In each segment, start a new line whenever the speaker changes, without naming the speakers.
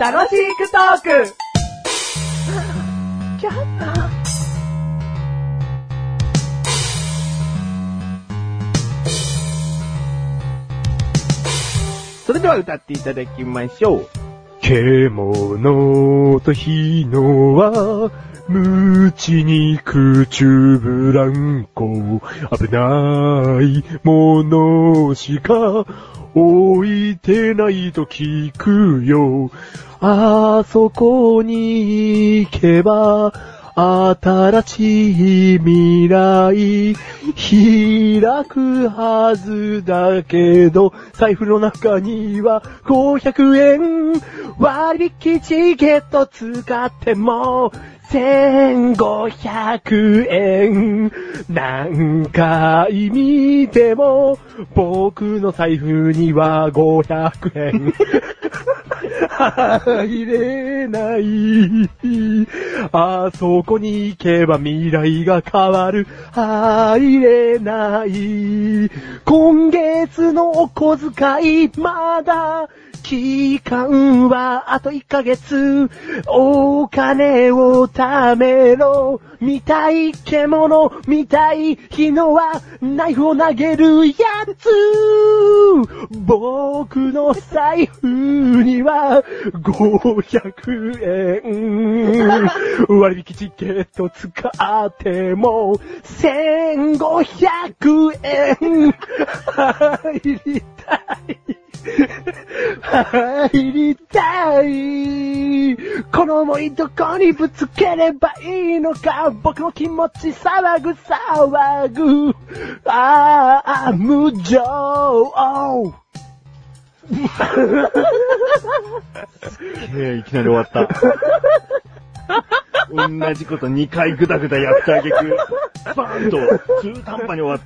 楽しくトーク
それでは歌っていただきましょう。
獣と火のは、無知に口ぶらんこ、危ないものしか置いてないと聞くよ。あそこに行けば、新しい未来、開くはずだけど、財布の中には500円、割引チケット使っても、1500円。何回見ても、僕の財布には500円。 入れない。あそこに行けば未来が変わる。入れない。今月のお小遣い、まだ、期間はあと1ヶ月。お金を貯めろ。見たい獣、見たい日のは、ナイフを投げるやつ。僕の財布には500円。 割引チケット使っても1500円。入りたい。入りたい。この思いどこにぶつければいいのか。僕の気持ち騒ぐ騒ぐ。ああ、無情。
ええ、いきなり終わ った。同じこと2回ぐだぐだやったあげく、バーンと中途半端に終わ っ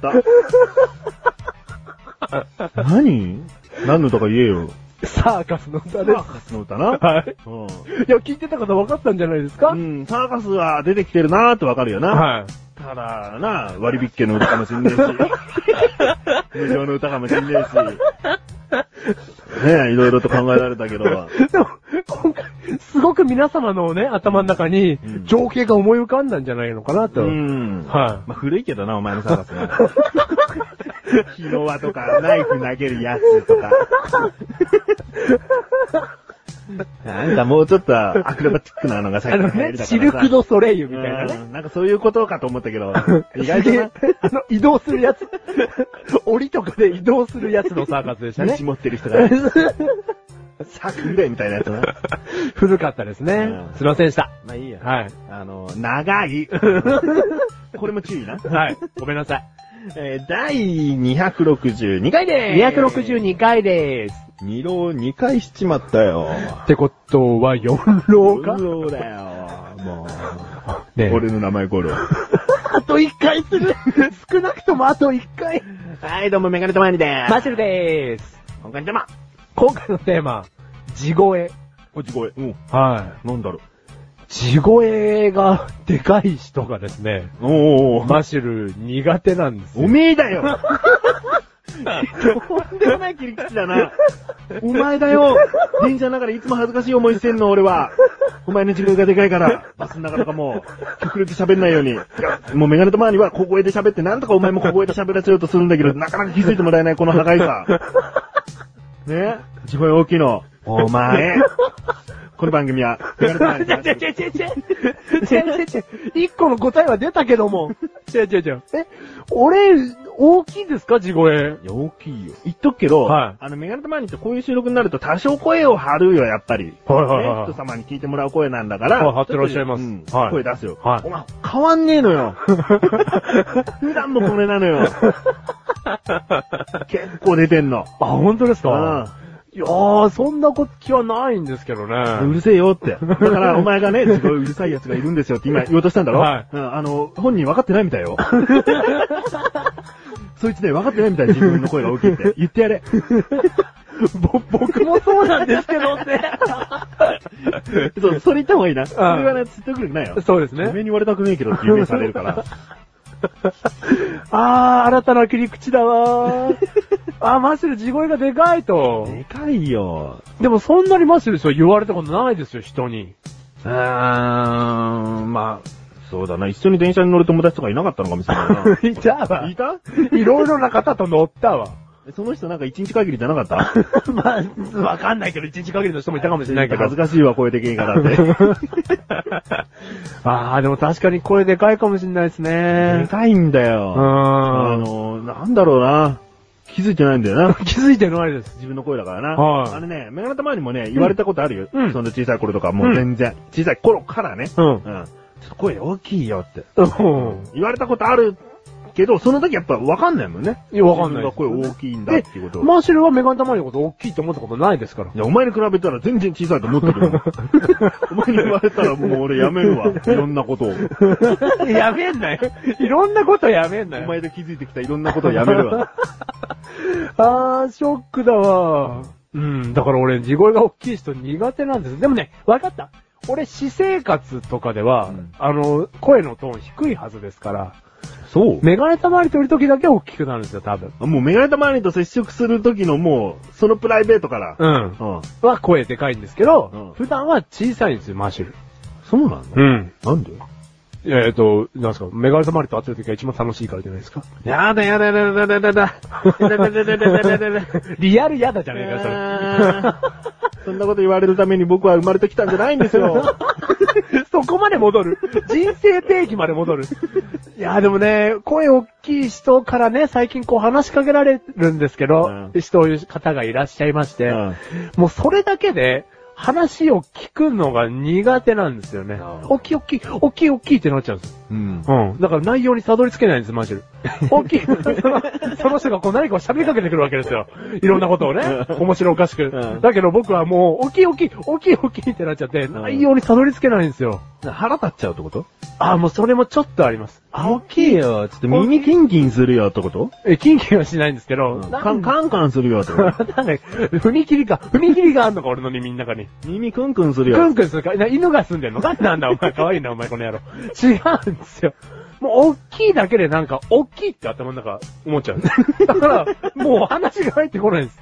た。何何の歌か言えよ。
サーカスの歌
サ
で
ーカスの歌な。
す。はい。
うん
いや、聞いてた方分かったんじゃないですか
うん、サーカスは出てきてるなーってわかるよな。
はい。
ただな、割引券の歌かもしん ねえし、無料の歌かもしんねえし、ねえ、いろいろと考えられたけど、
でも、今回、すごく皆様のね、頭の中に
うん、
情景が思い浮かんだんじゃないのかなと。
うん。
は
まあ、古いけどな、お前のサーカス は。日の輪とか、ナイフ投げるやつとか。 なんかもうちょっとアクロバチックなのが
い。
最
あ
近
の
流行
ね
り、だか
シ
ら
ル
さ
ク・ド・ソレイユみたいなね。
うんなんかそういうことかと思った けど、意外
す
と
げ
な
え、あの、移動するや つ。檻とかで移動するやつのサーカスでしたね
道。持ってる人が、桜井みたいなやつな。
古かったですね
うん。
すいませんでした。
まあいいや。
はい。
あの、長い。 これも注意な。
はい。ごめんなさい。
えー第262回でーす。。
262回でーす。
二郎2回しちまったよ。
ってことは、4浪か
そうだ よ。もう。
ねえ
俺の名前ゴロ。
あと1回す る。少なくともあと1回。
はい、どうもメガネとマニでーす。
マシュルでーす。
今回のテーマ。
今回のテーマ、地声。
こっち声。うん。
はい。
なんだろう。
地声がでかい人がですね、
おーおー
マシュル苦手なんです
お
よ。
めえだ よとんでもない切り口だな。お前だよ電車の中でいつも恥ずかしい思いしてんの、俺は。お前の自分がでかいから、バスの中とかも、極力喋んないように。もうメガネと周りは小声で喋って、なんとかお前も小声で喋らせようとするんだけど、なかなか気づいてもらえない、この破壊さ。ね自分大きいの。お前。この番組は、メガネと周り
ち
の
ゃ ちゃちゃちゃちゃちゃちゃちゃ一個の答えは出たけど も。ちゃちゃちゃ。え、俺、大きいですか地声。
いや、大きいよ。言っとくけど、
はい
あの、メガネたまにってこういう収録になると多少声を張るよ、やっぱり。
はいはいはい
ね人様に聞いてもらう声なんだから。
はい張ってらっしゃいます
うん
はい
声出すよ。
はい
お前、変わんねえの よ。普段もこれなのよ。結構出てんの。
あ、本当です
うん
いやー、そんなこ気はないんですけどね。
うるせえよって。だから、お前が ね、すごいうるさい奴がいるんですよって今言おうとしたんだろ
はい
うん、あの、本人分かってないみ たいよ。そいつね、分かってないみたい、自分の声が大きいって。言ってやれ。
ぼ、 僕もそうなんですけどって。
そう、それ言った方がいいな。それはね、説得力ないよ。
そうです
おめえに言われたくねえけどって有名され るから。
あー、新たな切り口だわー。あ、マッシュル地声がでかいと。
でかいよ。
でもそんなにマッシュル氏は言われたことないですよ、人に。
うーん、まあ、そうだな。一緒に電車に乗る友達とかいなかったのかもしれ ない
いた
な。
わ
い。た
いろいろな方と乗ったわ。
その人なんか一日限りじゃなかった
まあ、わかんないけど、一日限りの人もいたかもしれないけ
恥ず
ど。
かしいわ、声でけえからって。
ああ、でも確かに声でかいかもしれないです
で
ね。
かいんだ
う
よ。あ
ーん。
の、なんだろうな。気づいてないんだよな。
気づいてないです。
自分の声だからな。
はい
あのね、メガネたまにもね、言われたことあるよ。
うん
そんな小さい頃とか、もう全然。小さい頃からね。
うん。
うん。ちょっと声大きいよって。
うん。
言われたことあるけど、その時やっぱわかんないもんね。
いや、わかんないで
自
す。
分が声大きいんだっていうことを。
マーシュルはメガネ玉のこと大きいと思ったことないですから
い。や、お前に比べたら全然小さいと思ってる よ。お前に言われたらもう俺やめるわ。いろんなことを。
やめんなよ。いろんなことやめんな
お
よ。
前で気づいてきたいろんなことをやめるわ。
あー、ショックだわ。うん、だから俺、地声が大きい人苦手なんです。でもね、わかった。俺、私生活とかでは、
うん
あの、声のトーン低いはずですから、
そう
メガネたまりとる時だけ大きくなるんですよ、多分。
もうメガネたまりと接触する時のもう、そのプライベートから。
うん。
うん。
は声でかいんですけど、
うん
普段は小さいんですよ、マシュル。
そうなんだ。
ん。
なんで
いや、えっと、なんすか、メガネたまりと会ってる時が一番楽しいからじゃないですか。
やだやだやだやだやだやだ。やだやだやだやだやだやだ。
リアルやだじゃねえか、それ。
あーそんなこと言われるために僕は生まれてきたんじゃないんですよ。
そこまで戻る。人生定義まで戻る。いや、でもね、声大きい人からね、最近こう話しかけられるんですけど、
う
人いう方がいらっしゃいまして、
うん
もうそれだけで、話を聞くのが苦手なんですよね
あ。ー
大きい大きい、大きい大きいってなっちゃうんですよ。
うん。
うん。だから内容にたどり着けないんです、マ ジで。大きい。そのその人がこう何かを喋りかけてくるわけですよ。いろんなことをね。面白おかしく。
うん
だけど僕はもう、大きい大きい、大きい大きいってなっちゃって、内容にたどり着けないんですよ。
腹立っちゃうってこと
あ、もうそれもちょっとあります。あ、
大きいよ。ちょっと耳キンキンするよってこと
え、キンキンはしないんですけど、なん
カンカンカンするよってこと
なんか、踏み切りか、踏み切りがあんのか、俺の耳の中に。
耳クンクンする
ク
よ
ン。クンするか、な犬が住んでんのかなんだ、お前、可愛いな、お前、この野郎。違うんですよ。もう、大きいだけでなんか、大きいって頭の中、思っちゃう。だから、もう話が入ってこないん で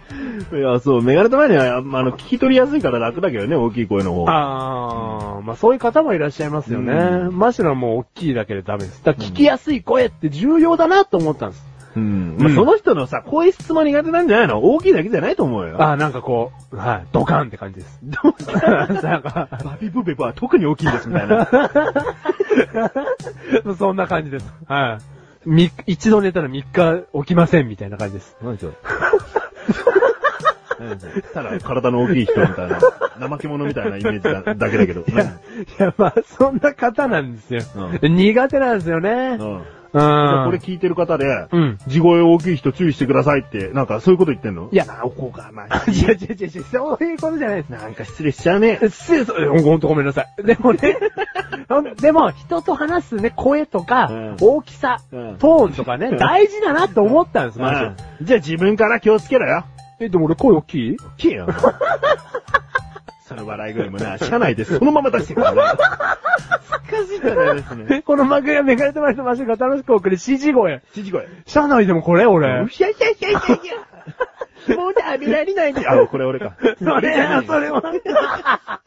い
す。
や、そう、メガネたまには、あの、聞き取りやすいから楽だけどね、大きい声の方。
あー、まあそういう方もいらっしゃいますよね。
う
マシュラはもう大きいだけでダメです。だから聞きやすい声って重要だなと思ったんです。
うん。
う
まあ、
ん
その人のさ、声質も苦手なんじゃないの大きいだけじゃないと思うよ。
あー、なんかこう、はい、ドカンって感じです。
どうした
なんか、
バビブベブは特に大きいんです、みたい な。
そんな感じです。はい。み、一度寝たら3日起きませんみたいな感じです。
何それ何それただ体の大きい人みたいな、怠け者みたいなイメージだだけだけど。
いや、いやまあ、そんな方なんですよ。
う
苦手なんですよね。うん。
うん。じゃあこれ聞いてる方で、
うん。
地声大きい人注意してくださいって、なんかそういうこと言ってんの
いや
なおこがま
いや、違う違う違う、そういうことじゃないです。
なんか失礼しちゃうね。
せそうほんとごめんなさい。でもね、ほんでも、人と話すね、声とか、
うん
大きさ、
うん
トーンとかね、大事だなって思ったんです、マジで。
うんじゃあ自分から気をつけろよ。
え、でも俺声大きい
きよ。その笑い声もな、社内でそのまま出してくるからね。恥ずかしいからですね。
え この幕がメガネとマリとマシュが楽しく送る CG 声。
七時声。
社内でもこれ俺。
うひゃひゃひゃひゃひ ゃ。もう食べられないで。あ、これ俺か。
それ、それは。